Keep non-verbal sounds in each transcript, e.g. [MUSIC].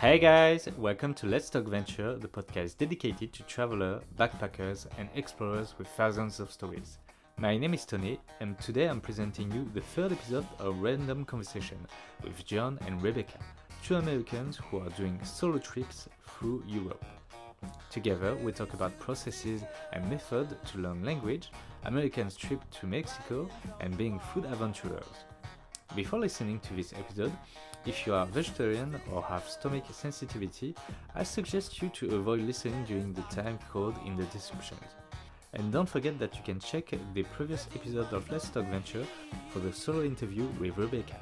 Hey guys, welcome to Let's Talk Venture, the podcast dedicated to travelers, backpackers, and explorers with thousands of stories. My name is Tony, and today I'm presenting you the third episode of Random Conversation with John and Rebecca, two Americans who are doing solo trips through Europe. Together, we talk about processes and method to learn language, Americans' trip to Mexico, and being food adventurers. Before listening to this episode, if you are vegetarian or have stomach sensitivity, I suggest you to avoid listening during the time called in the description. And don't forget that you can check the previous episode of Let's Talk Venture for the solo interview with Rebecca.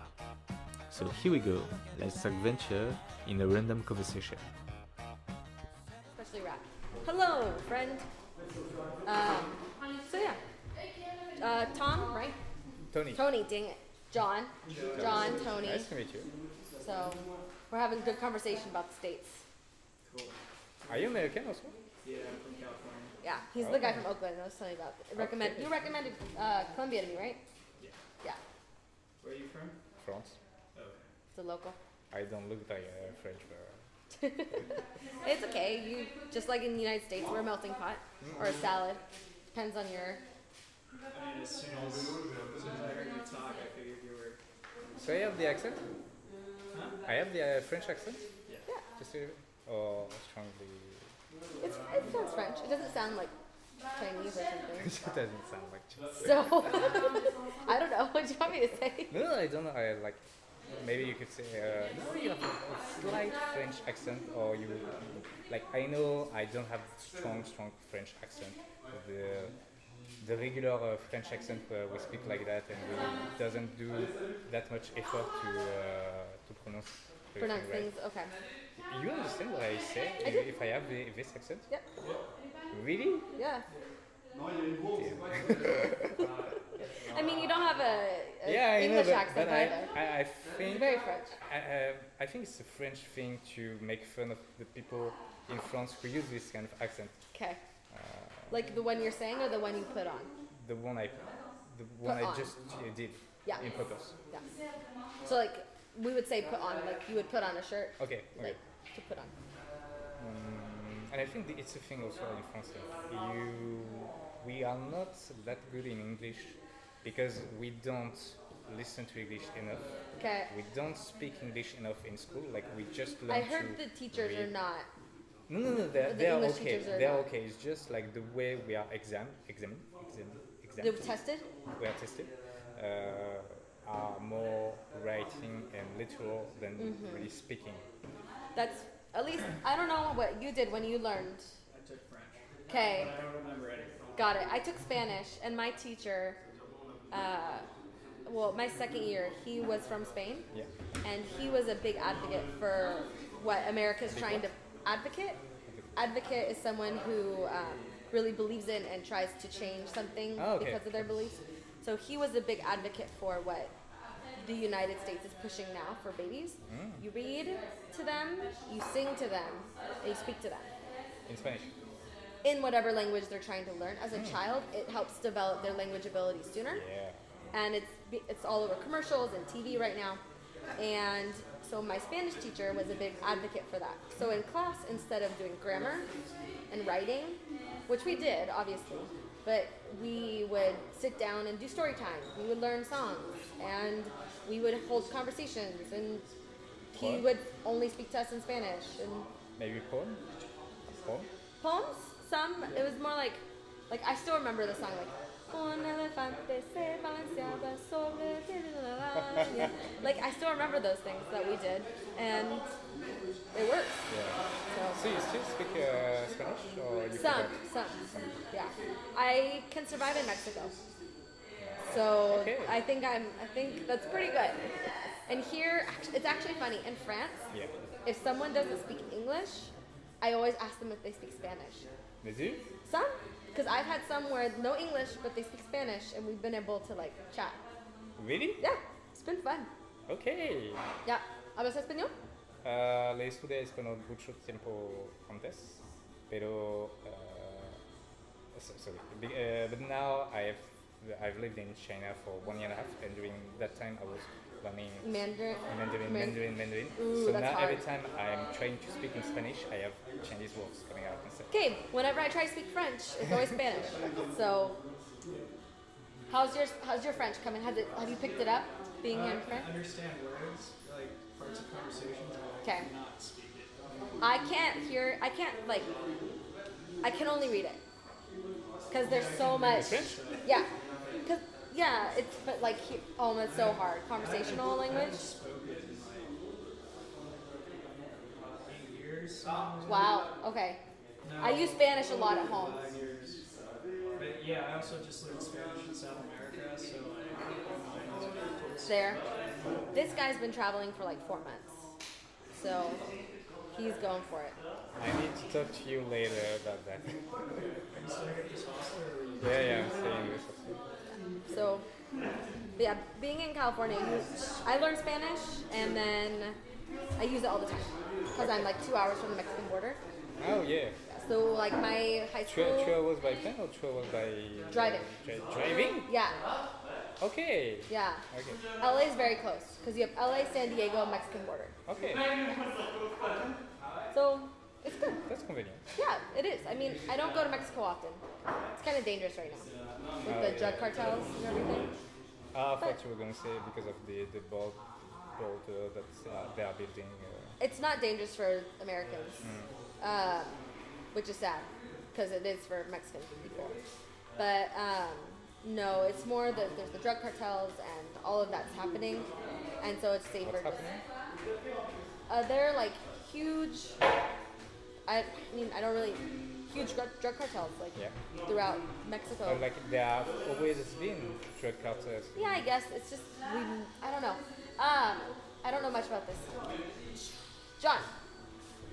So here we go, Let's Talk Venture in a random conversation. Especially rap. Hello, friend. Um, so yeah, uh, Tom, right? Tony, Tony, dang it. John, John, Tony. to meet you. So we're having good conversation about the states. Are you American also? Yeah, he's the guy from Oakland. I was telling you about. Recommend you recommended uh, Columbia to me, right? Yeah. Where are you from? France. It's a local. I don't look like a French, but It's okay. You just like in the United States, we're a melting pot or a salad. Depends on your. I mean, as soon as, as soon as I heard you talk, I figured you were. So I have the accent. I have the uh, French accent. Yeah. Yeah. Just a or strongly. It's it sounds French. It doesn't sound like Chinese or something. it doesn't sound like. Chinese. So [LAUGHS] I don't know. [LAUGHS] What do you want me to say? No, I don't know. I like. Maybe you could say uh, no, you have a slight French accent, or you like. I know I don't have strong, strong French accent. but The the regular uh, French accent where we speak like that and we doesn't do that much effort to uh, to pronounce. everything Pronounce right. things. Okay. You understand what I say I do. if, if I have the, this accent? Yep. Uh, Really? [LAUGHS] Yeah. Yeah, I mean, you don't have a, a I English know, but, accent but I, either. I, I You're think very French. I, I, I think it's a French thing to make fun of the people in France who use this kind of accent. Okay. Uh, Like the one you're saying or the one you put on? the one I, the one I on. just uh, did Yeah. in purpose. Yeah. So, like, we would say put on, like, you would put on a shirt, Okay. okay. like, to put on. Um, and I think the- it's a thing also in France. that You, we are not that good in English because we don't listen to English enough. Okay. We don't speak English enough in school. Like we just learn I to heard the teachers are read. not. No, no, no. They're, the they're English okay. teachers are They're not- okay. It's just like the way we are exam, exam, exam, exam. They were tested? we are tested. Uh, are more writing and literal than Mm-hmm. really speaking. That's, at least, I don't know what you did when you learned. I took French. Okay. But I don't remember anything. Got it. I took Spanish, and my teacher, uh, well, my second year, he was from Spain. Yeah. and he was a big advocate for what America's trying to advocate. Advocate is someone who um, really believes in and tries to change something Oh, okay. because of their beliefs. So he was a big advocate for what the United States is pushing now for babies. Mm. You read to them, you sing to them, and you speak to them In Spanish. in whatever language they're trying to learn. As a Mm. child, it helps develop their language ability sooner Yeah. and it's be- it's all over commercials and TV right now. And so my Spanish teacher was a big advocate for that. So in class, instead of doing grammar and writing, which we did obviously, but we would sit down and do story time. We would learn songs and we would hold conversations and he What? would only speak to us in Spanish and Maybe poem? Poem? poems. Some it was more like, like I still remember the song like. "Un elefante se balanceaba sobre la araña." like I still remember those things that we did, and it works. Yeah. So So you still speak uh, Spanish or you some, forgot? some, yeah. I can survive in Mexico, so Okay. I think I'm. I think that's pretty good. And here, act- it's actually funny in France. Yeah. If someone doesn't speak English, I always ask them if they speak Spanish. They do? Some, because I've had some where no English, but they speak Spanish, and we've been able to like chat. Really? Yeah, it's been fun. Okay. Yeah, hablas español? Ah, le estudié español mucho tiempo antes, pero uh, so, sorry. Be- eh, uh, but now I've I've lived in China for one year and a half, and during that time I was learning Mandarin. Mandarin, Man- Mandarin, Mandarin. Ooh, so that's now hard. every time I'm trying to speak in Spanish, I have Chinese words coming out instead. Okay, whenever I try to speak French, it's always Spanish. So, how's your how's your French coming? Has it have you picked it up being Uh, in I French? understand words, like parts of conversations, but I Okay. cannot speak it. I can't hear. I can't like. I can only read it because there's so much. French? Yeah, 'Cause- yeah, it's but like he, oh, that's so hard. Conversational language. Spoken in like eight years, something Wow. Okay. I use Spanish a lot at home. like five years. But yeah, I also just learned Spanish in South America, so I don't know. there. This guy's been traveling for like four months, so he's going for it. I need to talk to you later about that. Are you staying at this hostel or are you yeah, yeah, I'm saying this. So, also. but yeah, being in California, you, I learned Spanish and then I use it all the time because I'm like two hours from the Mexican border. Oh yeah. So like my high Two, two school, hours by plane or two hours by Driving. Dri- driving? yeah, Okay. yeah. Okay. LA is very close because you have LA, San Diego, and Mexican border. Okay. So it's good. That's convenient. Yeah, it is. I mean, I don't go to Mexico often. It's kind of dangerous right now with the drug cartels and everything. Ah, I thought you were gonna say because of the the boat border that uh, they are building. Uh, it's not dangerous for Americans, um, which is sad because it is for Mexican people. But um, no, it's more that there's the drug cartels and all of that's happening, and so it's safer. what's just- happening? Uh, they're like huge. I mean, I don't really huge drug, drug cartels like Yeah. throughout Mexico. Oh, like there have always been drug cartels. Yeah, I guess it's just we. I don't know. Um, I don't know much about this. John,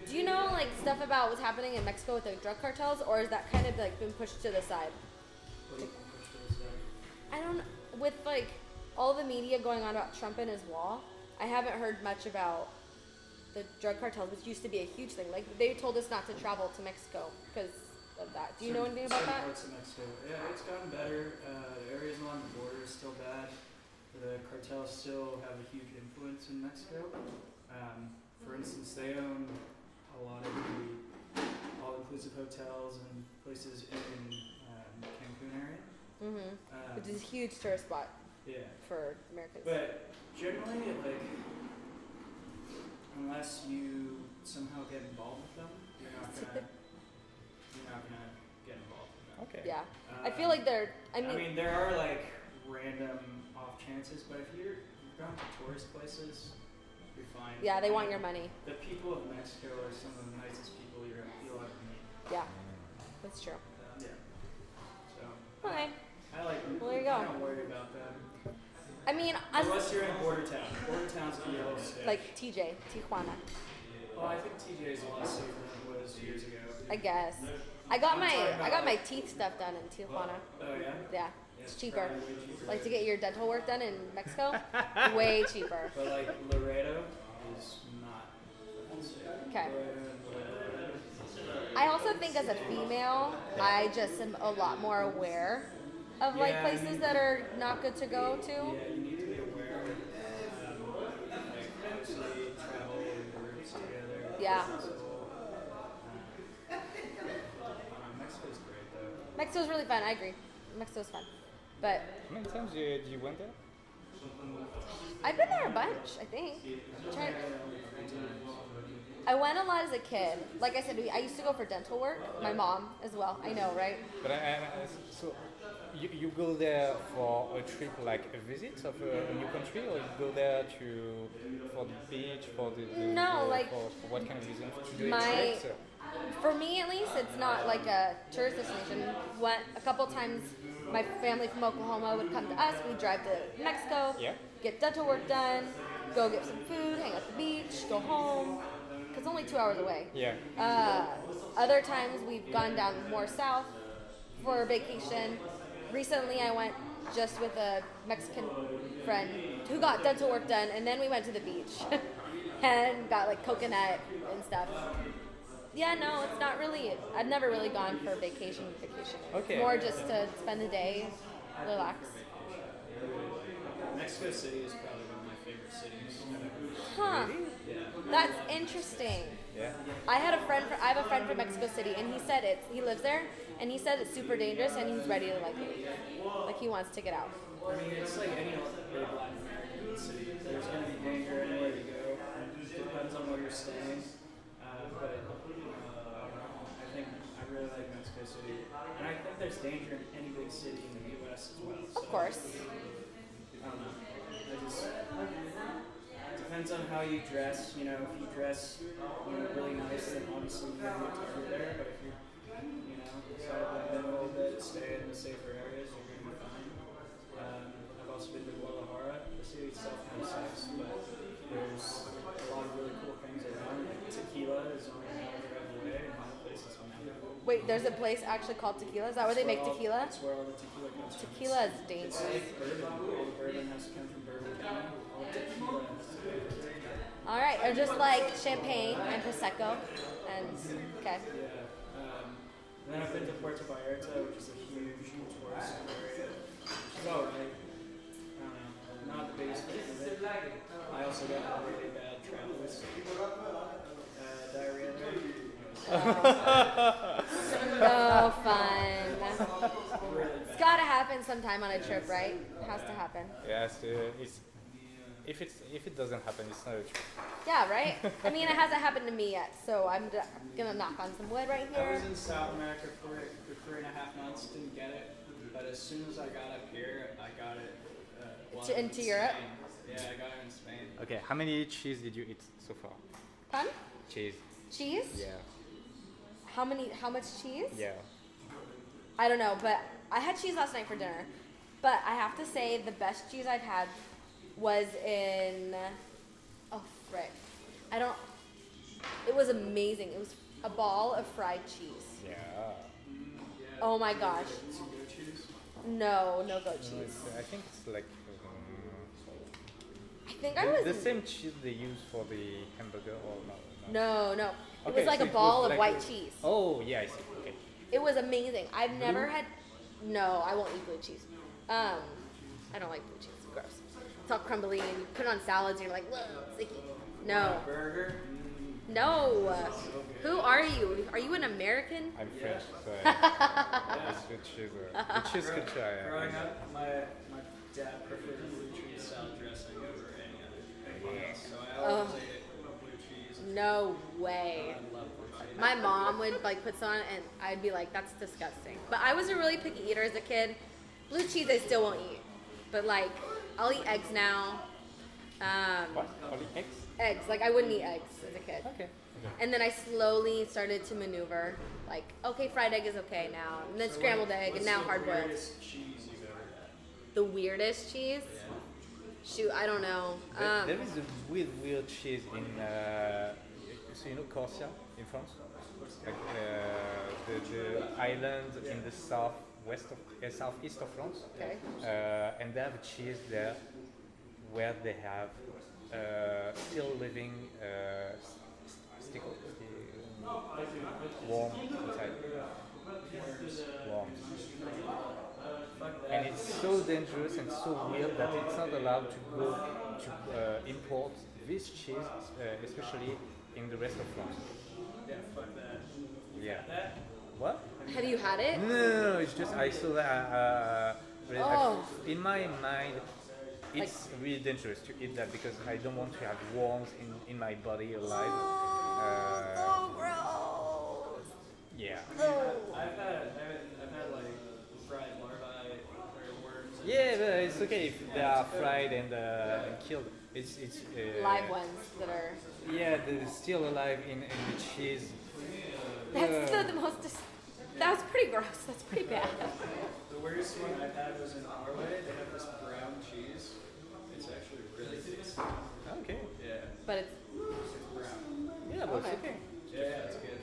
do you know like stuff about what's happening in Mexico with the drug cartels, or is that kind of like been pushed to the side? I don't. With like all the media going on about Trump and his wall, I haven't heard much about the drug cartels, which used to be a huge thing. Like they told us not to travel to Mexico because of that. Do you know Certain- anything about certain that? Parts of Mexico. Yeah, it's gotten better. Uh, the areas along the border is still bad. The cartels still have a huge influence in Mexico. Um, for instance, they own a lot of the all-inclusive hotels and places in um, Cancun area. Mm-hmm. Um, Which is a huge tourist spot yeah. for Americans. But generally, it, like, unless you somehow get involved with them, you're not [LAUGHS] gonna, you're not gonna get involved with them. Okay. yeah. I feel Um, like they're. I I mean, mean, there are like random off chances, but if you're you've gone to tourist places, you're fine. yeah, they want your money. The people of Mexico are some of the nicest people you're, you'll ever meet. Yeah, that's true. Yeah. So Okay. I like. Well, there you I go. don't worry about them I mean, I'm unless you're in border town. Border town's the yellow stick. like TJ, Tijuana. Well, I think TJ is a lot safer than it was years ago. I guess. I got my I got my teeth stuff done in Tijuana. Oh yeah. Yeah, it's cheaper. Probably way cheaper. Like to get your dental work done in Mexico, way cheaper. But like Laredo is not. Okay. Laredo and Laredo. I also think as a female, I just am a lot more aware of like Yeah. places that are not good to go to. Yeah, you need to be aware of um, like actually travel in groups together. Yeah. Um, uh, Mexico's great though. Mexico's really fun. I agree. Mexico's fun, but How many times you, you went there? I've been there a bunch. I think. I'm trying- I went a lot as a kid. Like I said, we, I used to go for dental work. My mom as well. I know, right? But I, I, I- so you, you go there for a trip like a visit of a, new country, or you go there to for the beach for the, the No, the- like, for, for what kind of reason to do my- a trip? So, For me, at least, it's not like a tourist destination. Went a couple times. My family from Oklahoma would come to us. We'd drive to Mexico. Yeah. Get dental work done. Go get some food. Hang out at the beach. Go home. Cause it's only two hours away. yeah, Uh, other times we've gone down more south for vacation. Recently, I went just with a Mexican friend who got dental work done, and then we went to the beach [LAUGHS] and got like coconut and stuff. Yeah, no, it's not really. I've never really gone for vacation. Vacation. It's Okay. More just to spend the day, relax. Mexico City is probably one of my favorite cities. Uh, Huh. yeah. That's interesting. Yeah. I had a friend. From, I have a friend from Mexico City, and he said it. He lives there, and he said it's super dangerous, and he's ready to like leave. Like he wants to get out. I mean, it's like any other big Latin American city. There's going to be danger anywhere you go. Depends on where you're staying. Uh, but uh, I don't know. I think I really like Mexico City, and I think there's danger in any big city in the U.S. as well. Of so, course. I don't know. I just depends on how you dress. You know, if you dress you know, really nice, then obviously you're going to get targeted there. But if you you know, decide to live a little bit, stay in the safer areas, you're going to be fine. Um, I've also been to Guadalajara. The city itself kind of sucks, but there's a lot of really cool things around. Like tequila is only an hour drive away, and other places on that. Wait, there's a place actually called Tequila. Is that where they make tequila? That's where all the tequila comes from. Tequila is It's dangerous. like bourbon. All the bourbon has to come from Bourbon County. All tequila has to come from tequila. All right, or just like champagne and prosecco, and okay. Yeah. Um, and then I've been to Puerto Vallarta, which is a huge tourist area. It's alright. I don't know. Um, Not the biggest fan of it. I also got a really bad travelers uh, diarrhea. It So fun. was really It's bad. gotta happen sometime on a trip, right? Has to happen. Yes, uh, it's if it's if it doesn't happen, it's not. A tr- Yeah, right? I mean, it hasn't happened to me yet, so I'm d- gonna knock on some wood right I here. was in South America for, for three and a half months, didn't get it. But as soon as I got up here, I got it. Uh, while To- in into Europe? Spain. Yeah, I got it in Spain. okay, how many cheese did you eat so far? Pun? Cheese. Cheese? Yeah. How many? How much cheese? Yeah. I don't know, but I had cheese last night for dinner. But I have to say, the best cheese I've had was in. Oh, frick. I don't. It was amazing. It was a ball of fried cheese. Yeah. Oh my gosh. Some goat cheese. No, no goat No, cheese. it's, I think it's like um, I think I the, was. the same cheese they use for the hamburger or no? No, no. It Okay, was like so a ball of like- white cheese. Oh yeah, I see. Okay. It was amazing. I've never had. No, I won't eat blue cheese. Um, I don't like blue cheese. It's gross. It's all crumbly, and you put it on salads, and you're like, whoa, it's icky. No, Burger. no. Who are you? Are you an American? I'm French, so [LAUGHS] I, it's good cheese. Uh, the cheese Grow- culture. yeah. Growing up, my, my dad preferred blue cheese salad dressing over any other thing else, so I always Ugh. ate blue cheese. No I way. love blue cheese. My mom would like put some on, and I'd be like, that's disgusting. But I was a really picky eater as a kid. Blue cheese, I still won't eat. But like, I'll eat eggs now. Um, What? Only eggs? eggs. Like, I wouldn't eat eggs as a kid. Okay. And then I slowly started to maneuver, like, okay, fried egg is okay now, and then So scrambled what- egg, what's and now the hard boiled. weirdest cheese you've ever had? The weirdest cheese? Shoot, I don't know. There- Um, there is a weird, weird cheese in. Uh, so you know Corsia in France, like uh, the, the island in the south west of uh, southeast of France. Okay. Uh, and they have a cheese there, where they have uh, still living uh, s- s- stick warm inside. Worms. And it's so dangerous and so weird that it's not allowed to go to uh, import this cheese, uh, especially in the rest of France. Yeah, fuck that. Yeah. That? What? have you had it? No, no, no, no, it's just I saw that. Uh, but I- Oh. in my mind, it's really dangerous to eat that because I don't want to have worms in, in my body alive. Uh, Oh, yeah. so gross. Oh. I've had, I've, I've had like fried larvae or worms. and Yeah, but it's okay if they are fried and, uh, and killed. It's it's uh, Live ones that are. Yeah, they're still alive in, in the cheese. That's Yeah. the, the most. Dis- that was pretty gross. That's pretty [LAUGHS] bad. The weirdest one I've had was in Norway. They have this brown cheese. It's actually really tasty. Okay. Yeah, But it's. it's brown. Yeah, but it's Okay. okay. Yeah, yeah, it's good.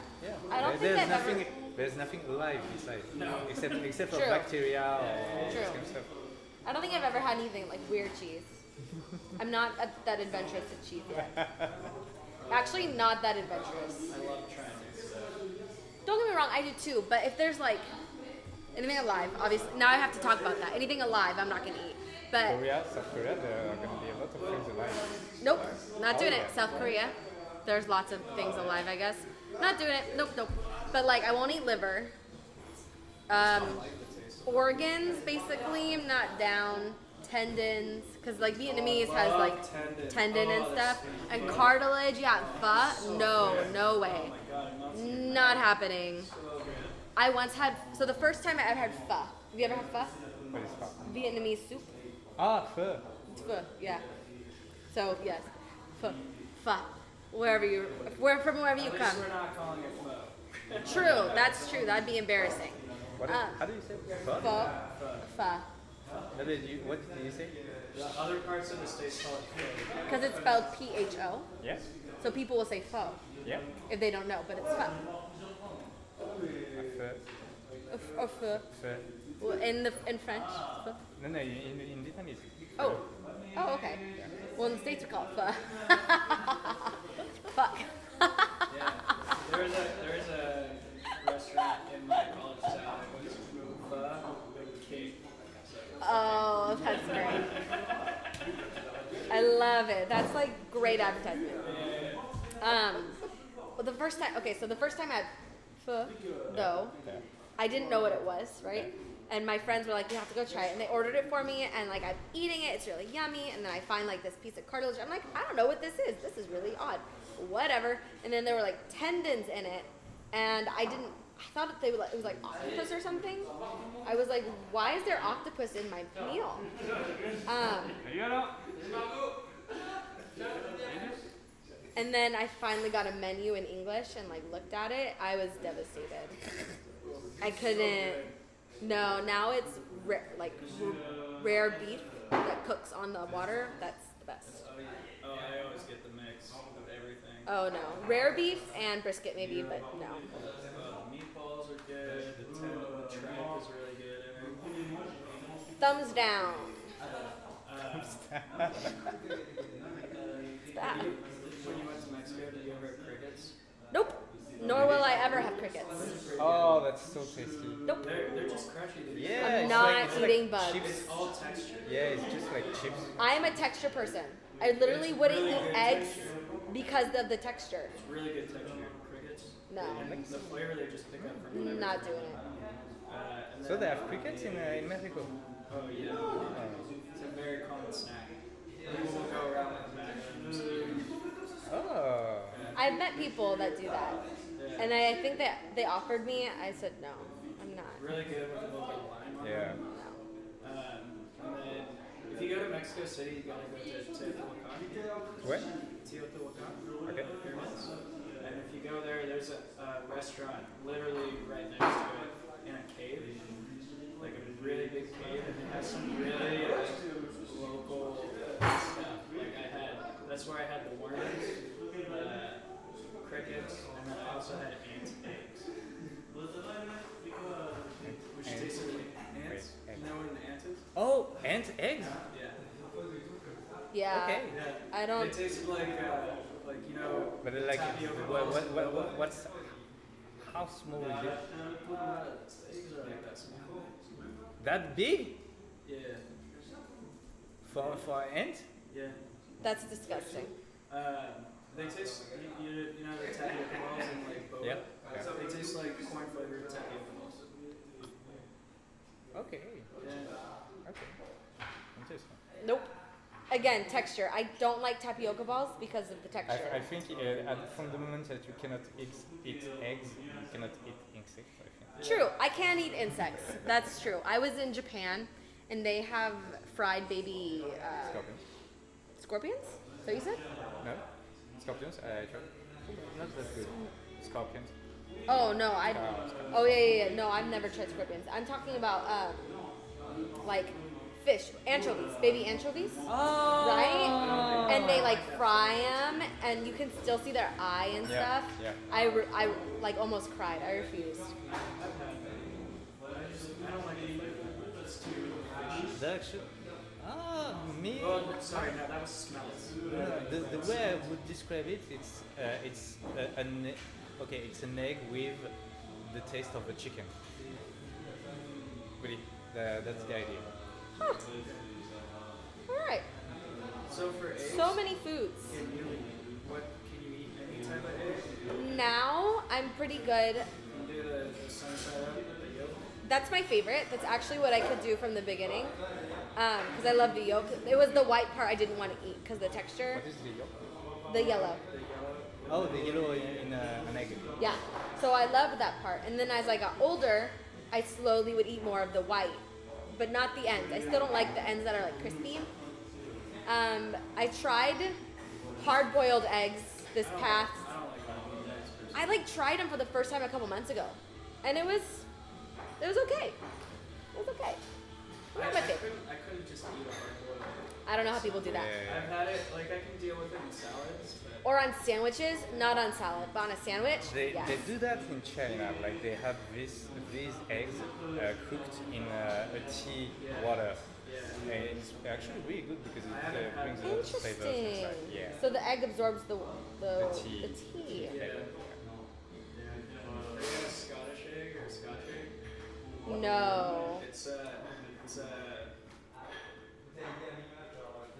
I Yeah. don't There- think there's I've nothing. ever- There's nothing alive inside. No. Except except for True. bacteria or True. this kind of stuff. I don't think I've ever had anything like weird cheese. I'm not a, that adventurous at cheese yet. Actually, not that adventurous. I love trying new stuff. Don't get me wrong, I do too. But if there's like anything alive, obviously now I have to talk about that. Anything alive, I'm not gonna eat. But Korea, South Korea, there are going to be a lot of things alive. Nope, not doing it. South Korea. There's lots of things alive, I guess. Not doing it. Nope, nope. But like, I won't eat liver. Um, organs, basically, I'm not down. Tendons, because like Vietnamese has like Tendon. tendon and Oh, that's stuff, so and good. cartilage. Yeah, pho. No, no Oh way. Not happening. I once had. So the first time I ever had pho. Have you ever had pho? What is pop? Vietnamese soup. Ah, pho. Pho, yeah. So yes, pho, pho. Wherever you, where from wherever you At come. least we're not calling it pho. True, that's true. That'd be embarrassing. What is, Ah. how do you say pho? Pho, pho, How did you, what did you say? The other parts of the states call it pho. because it's spelled P H O. Yeah? So people will say pho Yeah? if they don't know, but it's pho. Ah, pho. Of- Or pho. Pho. Well, In the in French. Pho. No, no, in, in Vietnamese. Oh, oh, okay. Well, in the states we call it pho. [LAUGHS] Fuck. Yeah. There is a there is a restaurant in my college town that was pho with cake. Oh, that's great. I love it. That's like great advertisement. Um, well, the first time, okay, so the first time I had pho, though, Yeah. I didn't know what it was, right? And my friends were like, you have to go try it. And they ordered it for me, and like, I'm eating it, it's really yummy. And then I find like this piece of cartilage. I'm like, I don't know what this is. This is really odd. Whatever. And then there were like tendons in it, and I didn't, I thought that they were like, it was like octopus or something. I was like, why is there octopus in my meal? Um, and then I finally got a menu in English and like looked at it. I was devastated. I couldn't. No, now it's rare, like r- rare beef that cooks on the water. That's the best. Oh, yeah. oh, I always get the mix of everything. Oh no, rare beef and brisket maybe, but no. Uh, meatballs are good. The tendon, the track is really good. Everything. Thumbs down. It's that. When you went to Mexico, did you ever have crickets? Nope. Nor will I ever have crickets. Oh, that's so tasty. Nope. They're, they're just crunchy. They're Yeah, I'm it's not like, it's eating like bugs. Chips. It's all texture. Yeah, it's just like chips. I am a texture person. I literally wouldn't eat eggs because of the texture. Really good texture. Crickets. No, And the flavor they just pick up from whatever. not doing it. Uh, and So then, they have crickets in, uh, in Mexico. oh yeah, it's a very common snack. People will go around with mac and just eat. Oh. I've met people that do that, and I think that they offered me. I said no, I'm not. Really good with a little bit of lime on it. Yeah. No. Um, and then if you go to Mexico City, you gotta go to Teotihuacan. Where? Teotihuacan. Okay. pyramids. And if you go there, there's a, a restaurant literally right next to it in a cave, like a really big cave, and it has some really like, local stuff. Like I had, that's where I had the worms, uh, crickets, and then I also had ants' eggs, which tasted like ants. You know what an ant is? Oh, and eggs. Yeah. Yeah. Okay. Yeah. I don't. It tasted like, uh, like you know, But it, like, tapioca what, balls. what, what, what, what's how small is it? Uh, eggs are like that small. That big Yeah, for for ant? yeah. That's disgusting. Um, they taste, you, you, you know, the tapioca balls and like boba. Yeah. So they taste like corn flavored tapioca balls. Okay. Yeah. Okay. Interesting. Nope. Again, texture. I don't like tapioca balls because of the I, I texture. think uh, at, from the moment that you cannot eat, eat eggs, you cannot eat insects. I think. True. I can eat insects. That's true. I was in Japan, and they have fried baby uh, Scorpion. scorpions. So you said? No. Scorpions. I tried. Not that good. Scorpions. Oh no, I. Oh, Oh yeah, yeah, yeah. No, I've never tried scorpions. I'm talking about um, like fish, anchovies, baby anchovies, Oh! right? And they like fry them, and you can still see their eye and Yeah, stuff. yeah. I, re- I like almost cried. I refused. I don't like any flavor. It's too fishy. That actually. Ah, me. Well, sorry, no, that was smells. No, the, the way I would describe it, it's uh, it's uh, an okay, it's an egg with the taste of a chicken. Really, the, that's the idea. So for eggs, So many foods. can you what can you eat any type of egg? Now I'm pretty good. You do the, the sun side up, the yolk. That's my favorite. That's actually what I could do from the beginning. Because I love the yolk. It was the white part I didn't want to eat because the texture, What is the yolk? the yellow. Oh, the yellow in, in uh, an egg. Yeah. So I loved that part. And then as I got older, I slowly would eat more of the white, but not the ends. I still don't like the ends that are like crispy. Um, I tried hard boiled eggs this past. I like tried them for the first time a couple months ago, and it was it was okay. It was okay. It I, was I my favorite. couldn't I couldn't just eat a hard boiled egg. I don't know how people do that. I've had it like I can deal with it in salads, but Or on sandwiches, not on salad, but on a sandwich. They, yes. they do that in China. Like they have this these eggs uh, cooked in uh, a tea water. Yeah. And it's actually really good because it I haven't uh, had brings a lot of flavors Interesting. inside. Yeah. So the egg absorbs the the, The tea. the tea. Flavor. uh, like a Scottish egg or a Scotch egg. No. It's uh, it's uh, what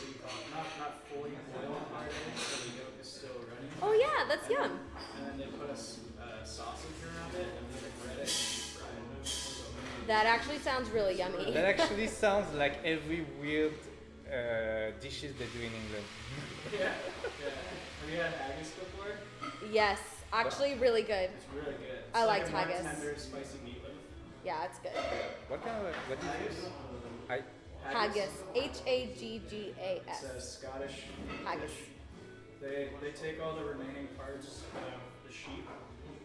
do you call it? Not not fully boiled hard egg, so the yolk is still running. Oh yeah, that's yum. And then they put a s- uh, sausage around it and then they bread it and fry it. That actually sounds really yummy. That actually sounds like every weird uh, dishes they do in England. Yeah, yeah. Have you had haggis before? yes, actually really good. It's really good. It's I like liked a more haggis. Tender, spicy meatloaf. Yeah, it's good. What kind of what is this? I Haggis. H A G G A It's a S. Scottish Haggis. dish. They they take all the remaining parts of the sheep,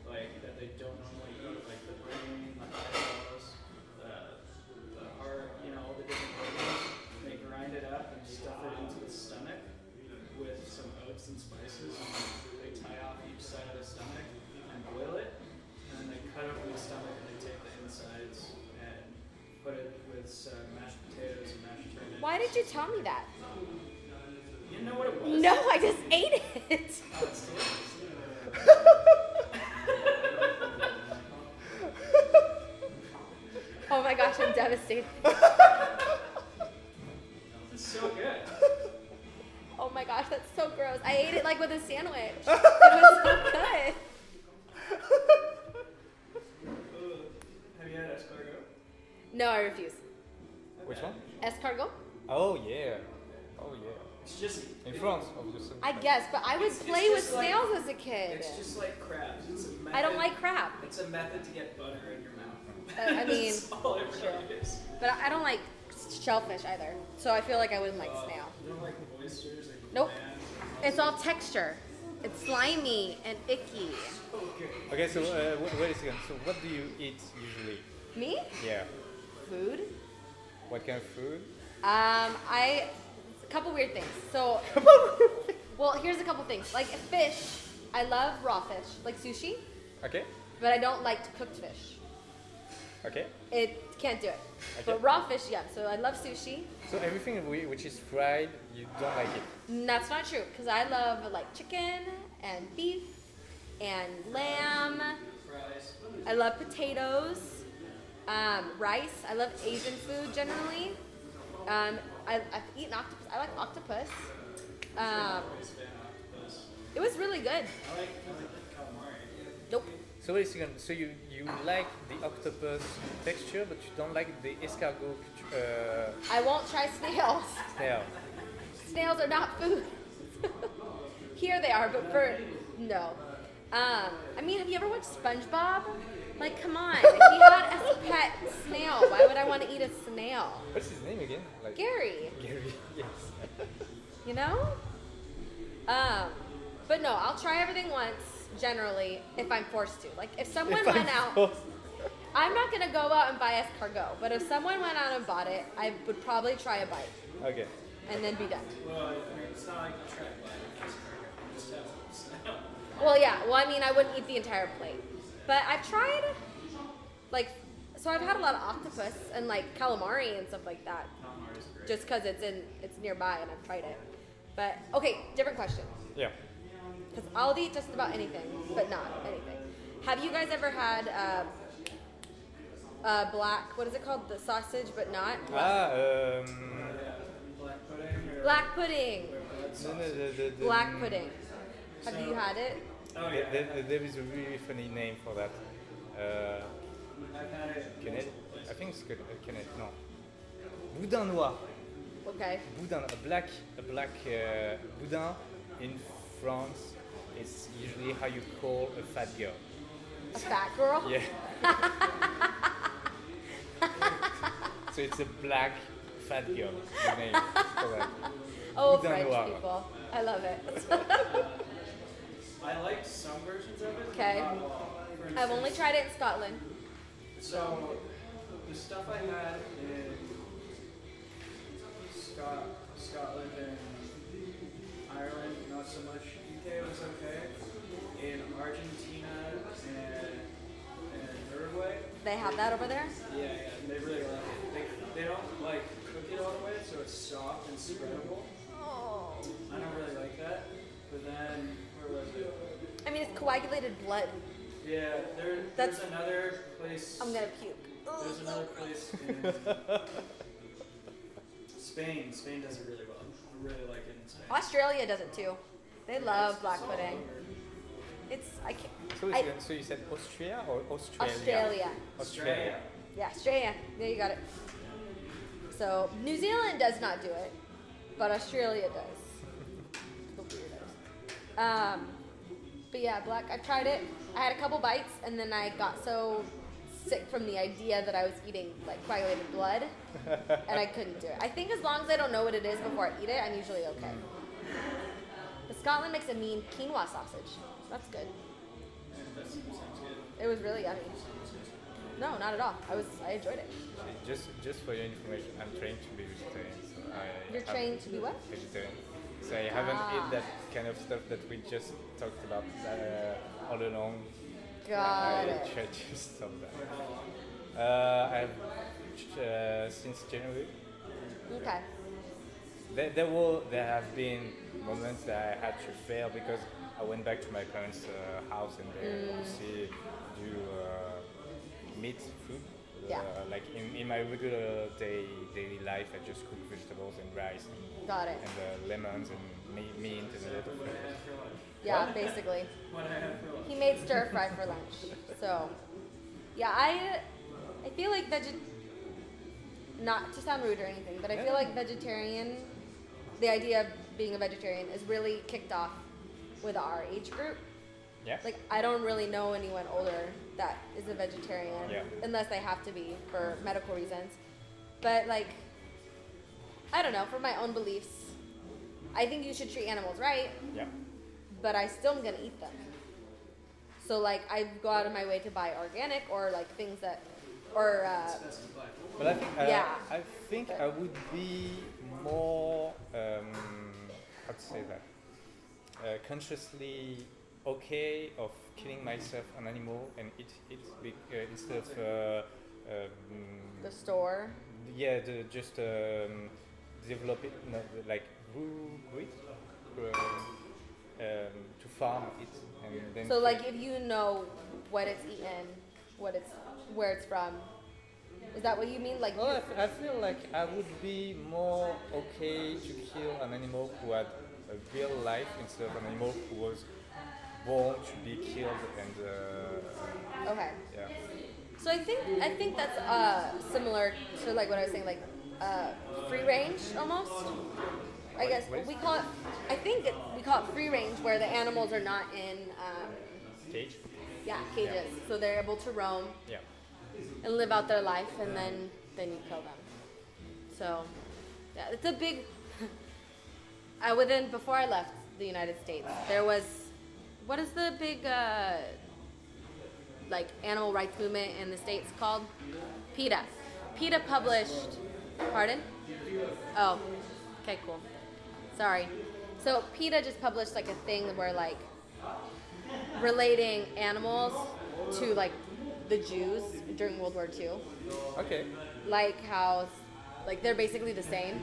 like that they don't normally eat, like the brain, the eyeballs, the the heart, you know, all the different organs. and They grind it up and stuff it into the stomach with some oats and spices. And they tie off each side of the stomach and boil it, and then they cut open the stomach and they take the insides and put it with some mashed potatoes and mashed turnips. Why did you tell me that? You know what it was? No, I just ate it. Oh, it's delicious. Oh my gosh, I'm devastated. It's so good. Oh my gosh, that's so gross. I ate it like with a sandwich. It was so good. Ugh. Have you had escargot? No, I refuse. which one? Escargot? Oh yeah. Oh yeah. It's just In it- France, obviously. I guess, but I would It's- it's play with just like- snails as a kid. It's just like crabs. It's a method, I don't like crab, It's a method to get butter in your mouth. Uh, I mean, [LAUGHS] That's all it really true. is. but I don't like shellfish either. So I feel like I wouldn't like Uh, snail. You don't like oysters and Nope. clams It's all texture. It's slimy and icky. and- Oh, good. Okay, so uh, wait, wait a second. So what do you eat usually? Me? Yeah. Food? What kind of food? Um, I a couple weird things. So Well, here's a couple things. Like fish, I love raw fish, like sushi, Okay. but I don't like cooked fish. Okay. It can't do it. Okay. But raw fish, yeah. So I love sushi. So everything we, which is fried, you don't like it. That's not true because I love like chicken and beef and lamb. Fries. I love potatoes, um, rice. I love Asian food generally. Um, I, I've eaten octopus. I like octopus. Um, Always been octopus. it was really good. I like I like calamari. Nope. So wait a second. So you you like the octopus texture, but you don't like the escargot uh, I won't try snails. [LAUGHS] tail. Snails are not food. [LAUGHS] Here they are, but for no. Um, I mean, have you ever watched SpongeBob? Like, come on. He had as [LAUGHS] a pet snail. Why would I want to eat a snail? What's his name again? Like Gary. Gary. [LAUGHS] Yes. you know? Um, but no, I'll try everything once, generally, if I'm forced to. Like, if someone If I'm went out, forced- I'm not gonna go out and buy escargot, but if someone went out and bought it, I would probably try a bite Okay. and then be done. Well, uh, I mean, it's not like you try to buy it. You just have snail. Well, yeah, well, I mean, I wouldn't eat the entire plate, but I've tried, like, so I've had a lot of octopus and like calamari and stuff like that, Calamari's great. just because it's in, it's nearby and I've tried it. But okay, different question. Yeah. Because I'll eat just about anything, but not anything. Have you guys ever had uh, uh, black, what is it called? The sausage, but not? Ah. Um, Yeah, black pudding or Black pudding. No, no, the, the, the, Black mm, pudding. Have you had it? Oh There, yeah, there- there is a really funny name for that. Uh, I've had it. Kenneth? I think it's good. Uh, Kenneth, no. Boudin noir. Okay. Boudin, a black, a black uh, boudin in France. It's usually how you call a fat girl. A fat girl? [LAUGHS] Yeah. so it's a black fat girl. The name for that. Oh, Boudin French noir. people. I love it. I liked some versions of it. Okay. not all. For I've only instance, tried it in Scotland. So the stuff I had in Scot- Scotland and Ireland, not so much. UK was okay. In Argentina and, and Uruguay, They have that over there? yeah, yeah, they really like it. They, they don't like cook it all the way, so it's soft and spreadable. Oh. I don't really like that. But then where was it? I mean, it's coagulated blood. Yeah, there, That's- there's another place. I'm gonna puke. There's another place [LAUGHS] in Spain. Spain does it really well. I really like it in Spain. Australia does it too. They love black It's all pudding. over. It's I can't. So, I- it's, so you said Austria or Australia? Australia. Australia. Yeah, Australia. There you got it. So New Zealand does not do it, but Australia does. the weirdos. Um, but yeah, black. I've tried it. I had a couple bites, and then I got so sick from the idea that I was eating like coagulated blood, and I couldn't do it. I think as long as I don't know what it is before I eat it, I'm usually okay. But Scotland makes a mean quinoa sausage. That's good. That sounds good. It was really yummy. No, not at all. I was. I enjoyed it. Just, just for your information, I'm trained to be vegetarian. So I You're have- trained to be what? Vegetarian. So I haven't Ah. eaten that kind of stuff that we just talked about uh, all along. Got I it. tried to stop that. Uh, I've uh, since January. Okay. There, there will there have been moments that I had to fail because I went back to my parents' uh, house and Mm. they obviously do uh, meat food. Yeah. Uh, like in, in my regular day daily life, I just cook vegetables and rice and, Got it. and uh, lemons and me- meat and a lot of What I had for lunch. Yeah, basically. What I had for lunch. He made stir fry for lunch. So, yeah, I I feel like veget not to sound rude or anything, but I feel like vegetarian the idea of being a vegetarian is really kicked off with our age group. yeah. Like I don't really know anyone older that is a vegetarian Yeah. unless they have to be for medical reasons. But like I don't know, for my own beliefs, I think you should treat animals right. yeah. but I still am gonna eat them. So like I go out of my way to buy organic or like things that, or uh, Specified. But I think uh, Yeah. I think I would be more um, how to say that uh, consciously okay of killing myself an animal and eat it be, uh, instead of uh, the um, store. yeah the, just um, develop it no, the- like grew it um, um, to farm it and then So like to- if you know what it's eaten, what it's where it's from, is that what you mean? Like Well, I f- I feel like I would be more okay to kill an animal who had a real life instead of an animal who was born to be killed and uh, okay. yeah. So I think I think that's uh, similar to like what I was saying, like uh, free range almost. I guess What- what is- we call it. I think it, we call it free range where the animals are not in um, Cage? yeah cages, so they're able to roam. Yeah. and live out their life and then then you kill them so yeah it's a big [LAUGHS] I, within before i left the united states there was what is the big uh, like animal rights movement in the states called peta peta published pardon oh okay cool sorry so peta just published like a thing where like relating animals to like the jews during world war ii Okay. like how like they're basically the same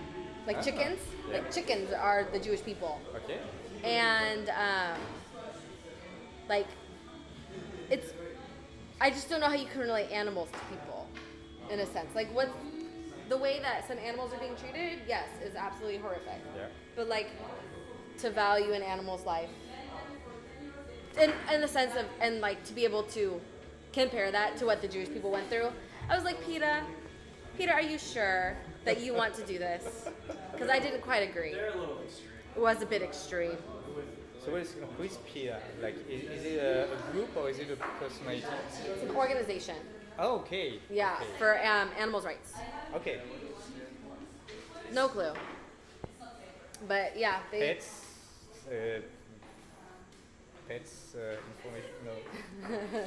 like Ah, chickens yeah. like chickens are the jewish people Okay. and um, like it's i just don't know how you can relate animals to people in a sense like what's the way that some animals are being treated, yes, is absolutely horrific. Yeah. But like to value an animal's life. In in the sense of and like to be able to compare that to what the Jewish people went through. I was like, Peter, Peter, are you sure that you want to do this? Because I didn't quite agree. They're a little extreme. It was a bit extreme. So what is, who is PIA? Like, is, is it a, a group or is it a personality? It's an organization. Oh, okay. Yeah, Okay. for um, animals' rights. okay. No clue. But yeah, they Pets. Uh, pets uh, information. No.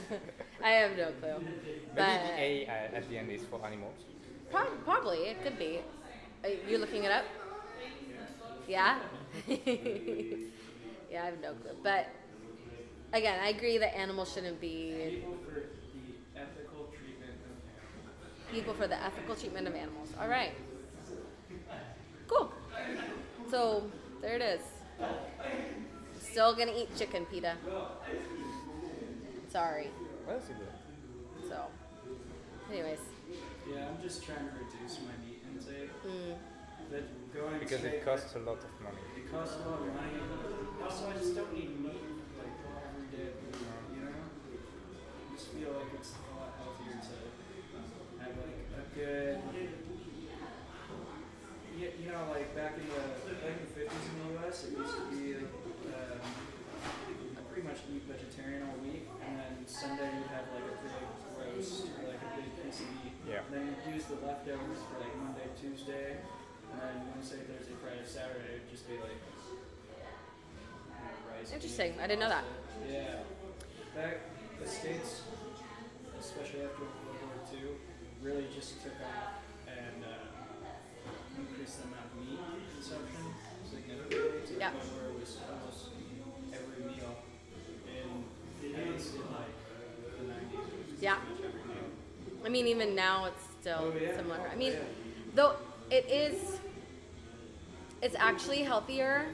I have no clue. Maybe But- the A at, at the end is for animals. Prob- probably it could be. Are you looking it up? Yeah. [LAUGHS] yeah, I have no clue. But again, I agree that animals shouldn't be People for the ethical treatment of animals. equal for the ethical treatment of animals. All right. Cool. So there it is. Still gonna eat chicken, Peta. Sorry. What else is it? So, anyways, Yeah, I'm just trying to reduce my meat intake. mm, That going Because straight- it costs a lot of money. It costs a lot of money. Also, I just don't need meat like every day, you know? I just feel like it's a lot healthier to have like a good. You, you know, like back in the back in the fifties in the U.S., it used to be like um, you pretty much eat vegetarian all week, and then Sunday you have like a big roast or like a big piece of meat. Yeah. And Then you'd use the leftovers for like Monday, Tuesday, and then Wednesday, Thursday, Friday, Saturday would just be like you know, rice. Interesting. beans, I didn't know that. pasta. Yeah. Back the states, especially after World War II, really just took off and uh, increased the amount of meat consumption significantly to Yeah. the point where it was almost every meal in at least in like the 90s. It was Yeah. pretty much every meal. I mean, even now it's still Oh, yeah. similar. I mean, Yeah. though it is, it's actually healthier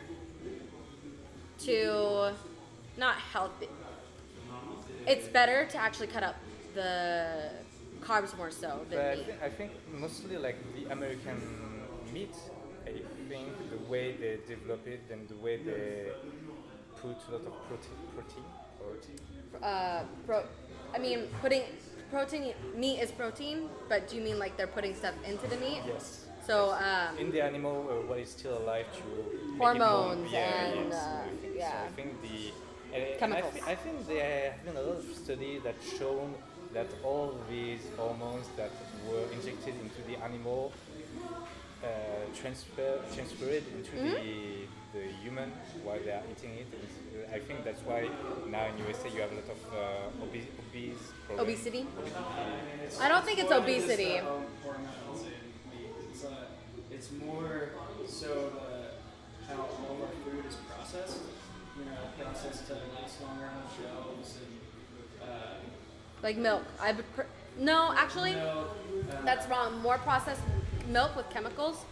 to not healthy. It's better to actually cut up the carbs more so But than I, meat. thi- I think mostly like the American meat, I think the way they develop it and the way they put a lot of protein, protein, protein. Uh, pro, I mean, putting protein meat is protein, but do you mean like they're putting stuff into the meat? Yes. So um, In the animal, uh, what is still alive to make it more- Hormones yeah, and, yes, uh, everything. yeah. So I think the and- and Chemicals. I, thi- I think there have been a lot of studies that shown that all these hormones that were injected into the animal uh, transfer transferred into Mm-hmm. the the human while they are eating it. It's- I think that's why now in USA you have a lot of uh, obese obese problem. obesity. I mean, it's- I don't think it's more than just the obesity. hor- hormones and meat. It's, uh, it's more so the, how all our food is processed. You know, processed to last longer on shelves and uh, Like milk. I would pr- no, actually. milk. Uh, That's wrong. More processed milk with chemicals,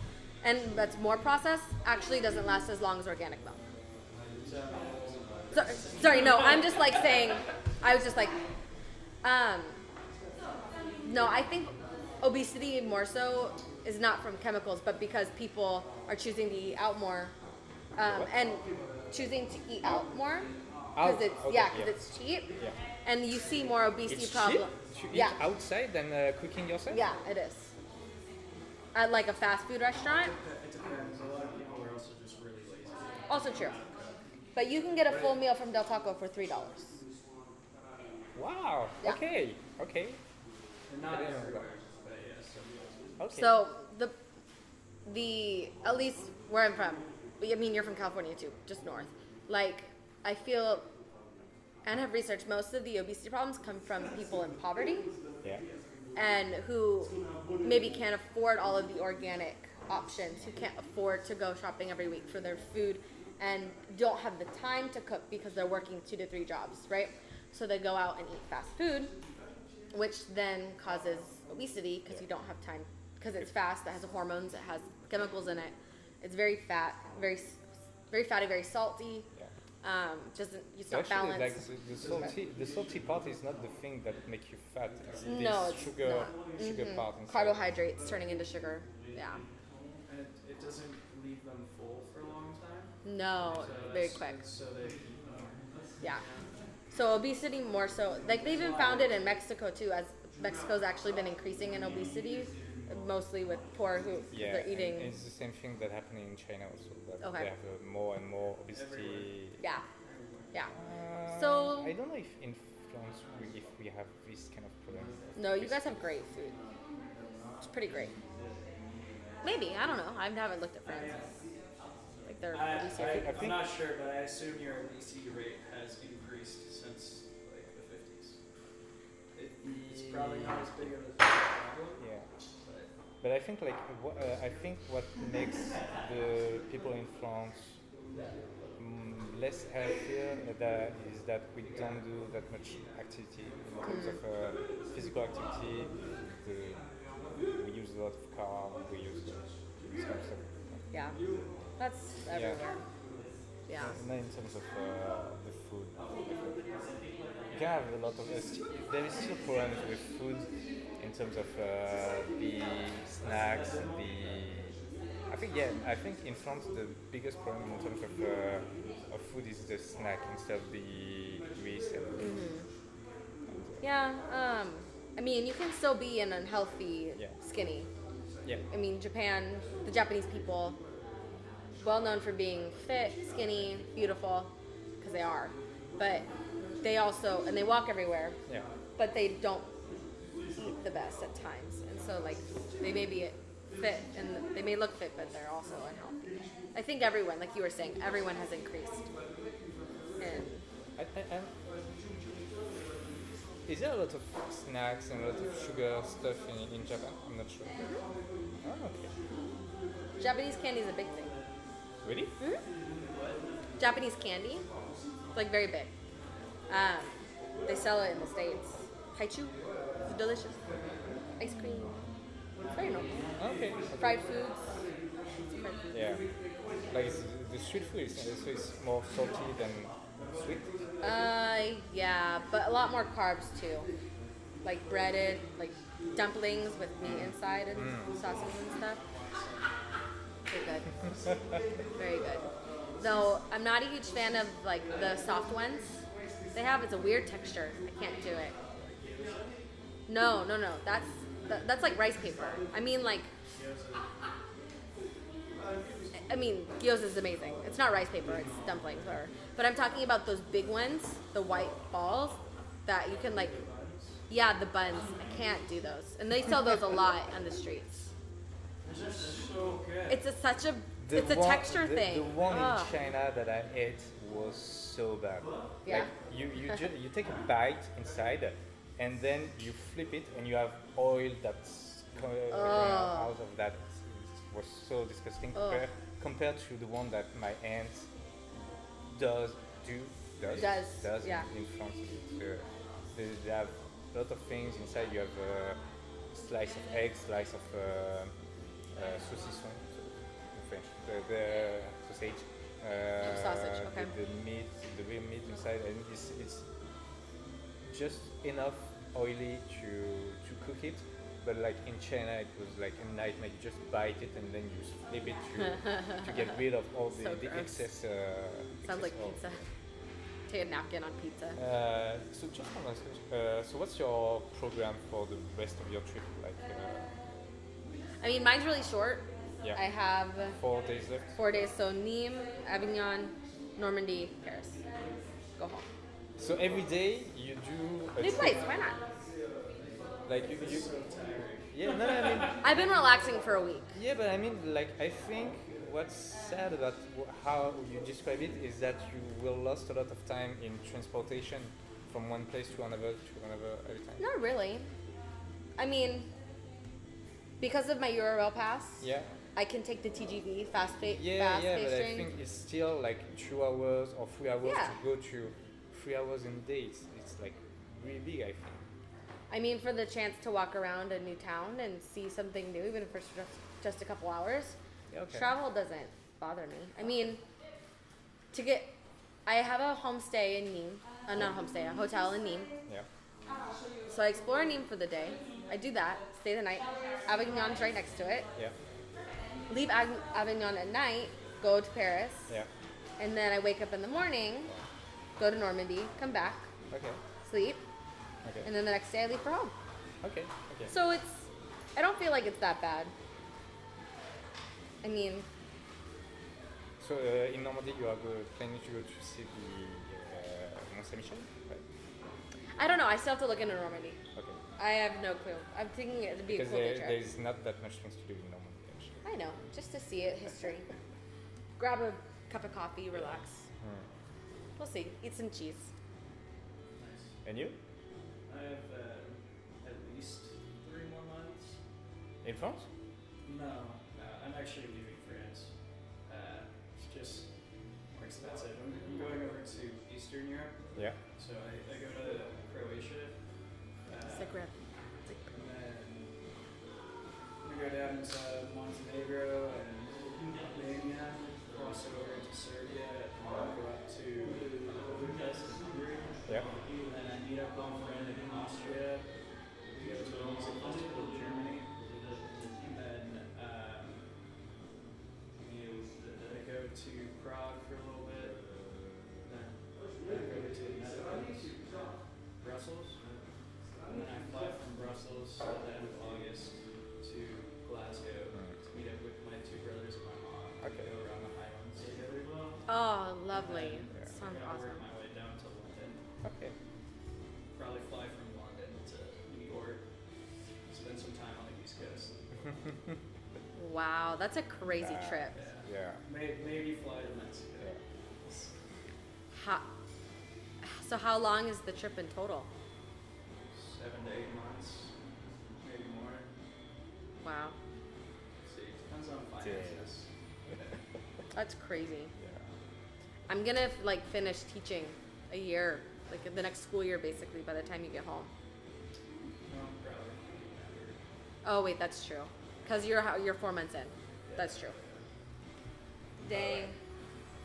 and that's more processed, actually doesn't last as long as organic milk. so, So, sorry, no, I'm just like saying, I was just like, um, no, I think obesity more so is not from chemicals, but because people are choosing to eat out more um, and choosing to eat out more. Because Out, it's, okay, yeah, 'cause yeah. it's cheap. Yeah. And you see more obesity It's cheap problem. to eat yeah. outside than uh, cooking yourself. Yeah, it is. At like a fast food restaurant. it depends. A lot of people are also just really lazy. Also true. But you can get a full meal from Del Taco for three dollars. Wow. Yeah. Okay. Okay. And not Yeah. everywhere, but yeah, some people. Okay. So the the at least where I'm from. I mean you're from California too, just north. Like I feel and have researched most of the obesity problems come from people in poverty yeah. and who maybe can't afford all of the organic options, who can't afford to go shopping every week for their food and don't have the time to cook because they're working two to three jobs, right? So they go out and eat fast food, which then causes obesity because you don't have time because it's fast, it has hormones, it has chemicals in it. It's very fat, very s- very fatty, very salty. Yeah. Um, doesn't it's not Actually, balanced. like the, the salty, the salty part is not the thing that make you fat. It's no, this it's sugar, not. sugar Mhm. part. inside. Carbohydrates turning into sugar. Yeah. And it, it doesn't leave them full for a long time. No, very that's- quick. So they eat more. Yeah. So obesity more so like they've been founded in Mexico too as Mexico's actually been increasing in obesity mostly with poor who Yeah, they're and eating it's the same thing that happened in China also. That Okay. They have uh, more and more obesity. yeah. Yeah. Uh, So- I don't know if in France we, if we have this kind of problem. of No, you guys obesity. have great food. It's pretty great. Maybe, I don't know. I haven't looked at France. Like they're I, obese here. I I, think- I'm not sure, but I assume your obesity rate has increased since like the 50s. It, it's probably not as big of a problem, Yeah. but But I think like wha- uh, I think what makes the people in France mm, less healthier that is that we don't do that much activity in terms of uh, physical activity. The, we use a lot of car. We use some stuff. Yeah. That's everywhere. Yeah. Not in terms of uh, the food. You can have a lot of. Uh, sti- there is still problems with food in terms of uh, the snacks, the. I think yeah. I think in France the biggest problem in terms of uh, of food is the snack instead of the grease and. Yeah. Um I mean you can still be an unhealthy Yeah. skinny. Yeah. I mean, Japan, the Japanese people, well known for being fit, skinny, beautiful, because they are. But they also, and they walk everywhere, Yeah. but they don't eat the best at times. And so, like, they may be fit and they may look fit, but they're also unhealthy. I think everyone, like you were saying, everyone has increased. And I, I, I, is there a lot of snacks and a lot of sugar stuff in, in Japan? I'm not sure. Oh, okay. Japanese candy is a big thing. Really? Japanese candy. It's like very big. Um, they sell it in the States. Haichu. It's delicious. Ice cream. It's very normal. Okay. Fried foods. It's fried food. Yeah. Like it's, the street food is, so it's more salty than sweet. Uh, yeah, but a lot more carbs too. Like breaded, like dumplings with meat inside and sauces and stuff. Very good. Very good. Though I'm not a huge fan of like the soft ones. They have it's a weird texture. I can't do it. No, no, no. That's that, that's like rice paper. I mean like. I mean, gyoza is amazing. It's not rice paper; it's dumplings, whatever. But I'm talking about those big ones, the white balls that you can like. Yeah, the buns. I can't do those, and they sell those a lot on the streets. they're just so good. It's a, such a it's a one- texture the- thing. The one Ugh. in China that I ate was so bad. Yeah. Like you you ju- you take a bite inside, and then you flip it, and you have oil that's coming out of that. It was so disgusting Ugh. compared, compared to the one that my aunt does do does Does, does yeah. in France. It's, uh, they, they have a lot of things inside. You have a slice of egg, slice of uh, uh, saucisson in French, the, the sausage. Uh, Sausage, okay. The, the meat, the real meat inside, and it's, it's just enough oily to to cook it. But like in China, it was like a nightmare. You just bite it and then you flip it [LAUGHS] to, to get rid of all the, So the gross. excess. Uh, excess Sounds like oil. pizza. Take a napkin on pizza. Uh, so just one last question. Uh, so what's your program for the rest of your trip? Like uh, I mean, mine's really short. Yeah. I have four days left. four days, so Nîmes, Avignon, Normandy, Paris. Go home. So every day you do a New trip. place. Why not? Like you, you yeah, no, I mean, I've been relaxing for a week. yeah, but I mean, like I think what's sad about wh- how you describe it is that you will lost a lot of time in transportation from one place to another to another every time. Not really. I mean, because of my URL pass, Yeah, I can take the TGV fast fa- yeah, fast yeah, but I pacing. think it's still like two hours or three hours Yeah. to go to three hours in days. It's like really big, I think. I mean, for the chance to walk around a new town and see something new, even if it's just, just a couple hours, Yeah, okay. travel doesn't bother me. I mean, to get I have a homestay in Nîmes. Uh, not homestay, a hotel in Nîmes. Yeah. So I explore Nîmes for the day. I do that, stay the night. Avignon's right next to it. Yeah. Leave Ag- Avignon at night, go to Paris, Yeah. and then I wake up in the morning, go to Normandy, come back, Okay. sleep, Okay. and then the next day I leave for home. Okay. Okay. So it's, I don't feel like it's that bad. I mean, So uh, in Normandy, you are go, planning to go to see the uh, Mont Saint Michel, right? I don't know. I still have to look into Normandy. Okay. I have no clue. I'm thinking it'd be Because a cool there, day there trip. is not that much things to do in Normandy actually. I know, just to see it, history. Grab a cup of coffee, relax. Hmm. We'll see. Eat some cheese. And you? I have uh, at least three more months. In France? No, no, I'm actually leaving France. Uh, it's just more expensive. I'm, I'm going over to Eastern Europe, Yeah. so I, I go to Croatia. It's Uh, like rip. and then we go down into Montenegro and Albania, cross over into Serbia, and go up to Budapest, Hungary. Yeah. And then I meet up with a friend in Austria. We go to a music festival in Germany. And then um, I go to Prague for a little bit. Then I go to the Netherlands, Brussels. And then I fly from Brussels at the end of August to Glasgow to meet up with my two brothers and my mom. Okay. Go around the Highlands together. Oh, lovely. Yeah. Sounds Kinda awesome. work my way down to London Okay. probably fly from London to New York, spend some time on the East Coast. Wow, that's a crazy Yeah. trip. Yeah. May, maybe fly to Mexico. Yeah. How, so how long is the trip in total? Seven to eight months, maybe more. Wow, See, depends on finances. that's crazy. Yeah. I'm gonna like finish teaching a year, like the next school year, basically. By the time you get home. No, probably. Oh wait, that's true. Cause you're ho- you're four months in. That's true. Dang.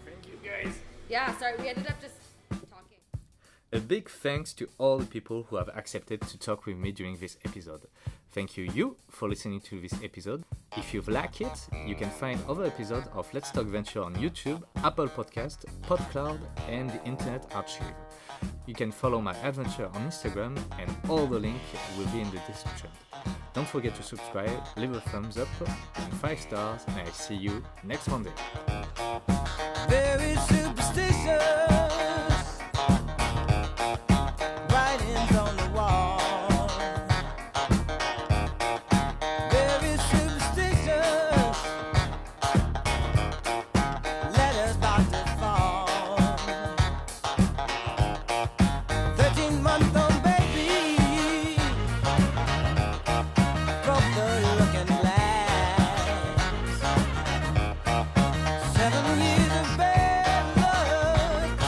Thank you guys. Yeah. Sorry, we ended up just talking. A big thanks to all the people who have accepted to talk with me during this episode. Thank you, you, for listening to this episode. If you've liked it, you can find other episodes of Let's Talk Venture on YouTube, Apple Podcast, PodCloud, and the Internet Archive. You can follow my adventure on Instagram, and all the links will be in the description. Don't forget to subscribe, leave a thumbs up, and five stars, and I'll see you next Monday. very superstitious. Writings on the wall. Very superstitious. Letters about to fall. Thirteen month old baby. Broke the looking glass. Seven years of bad luck.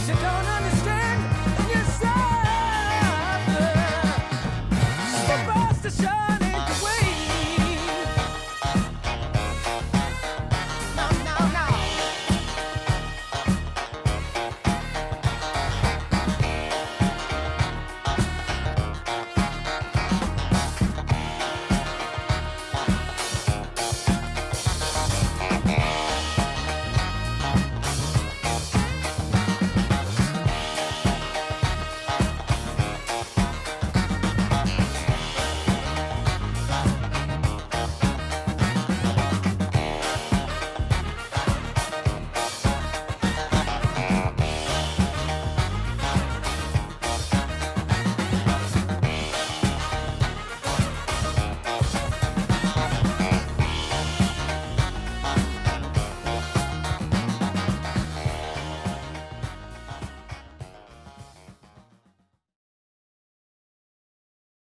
Hmm. don't understand.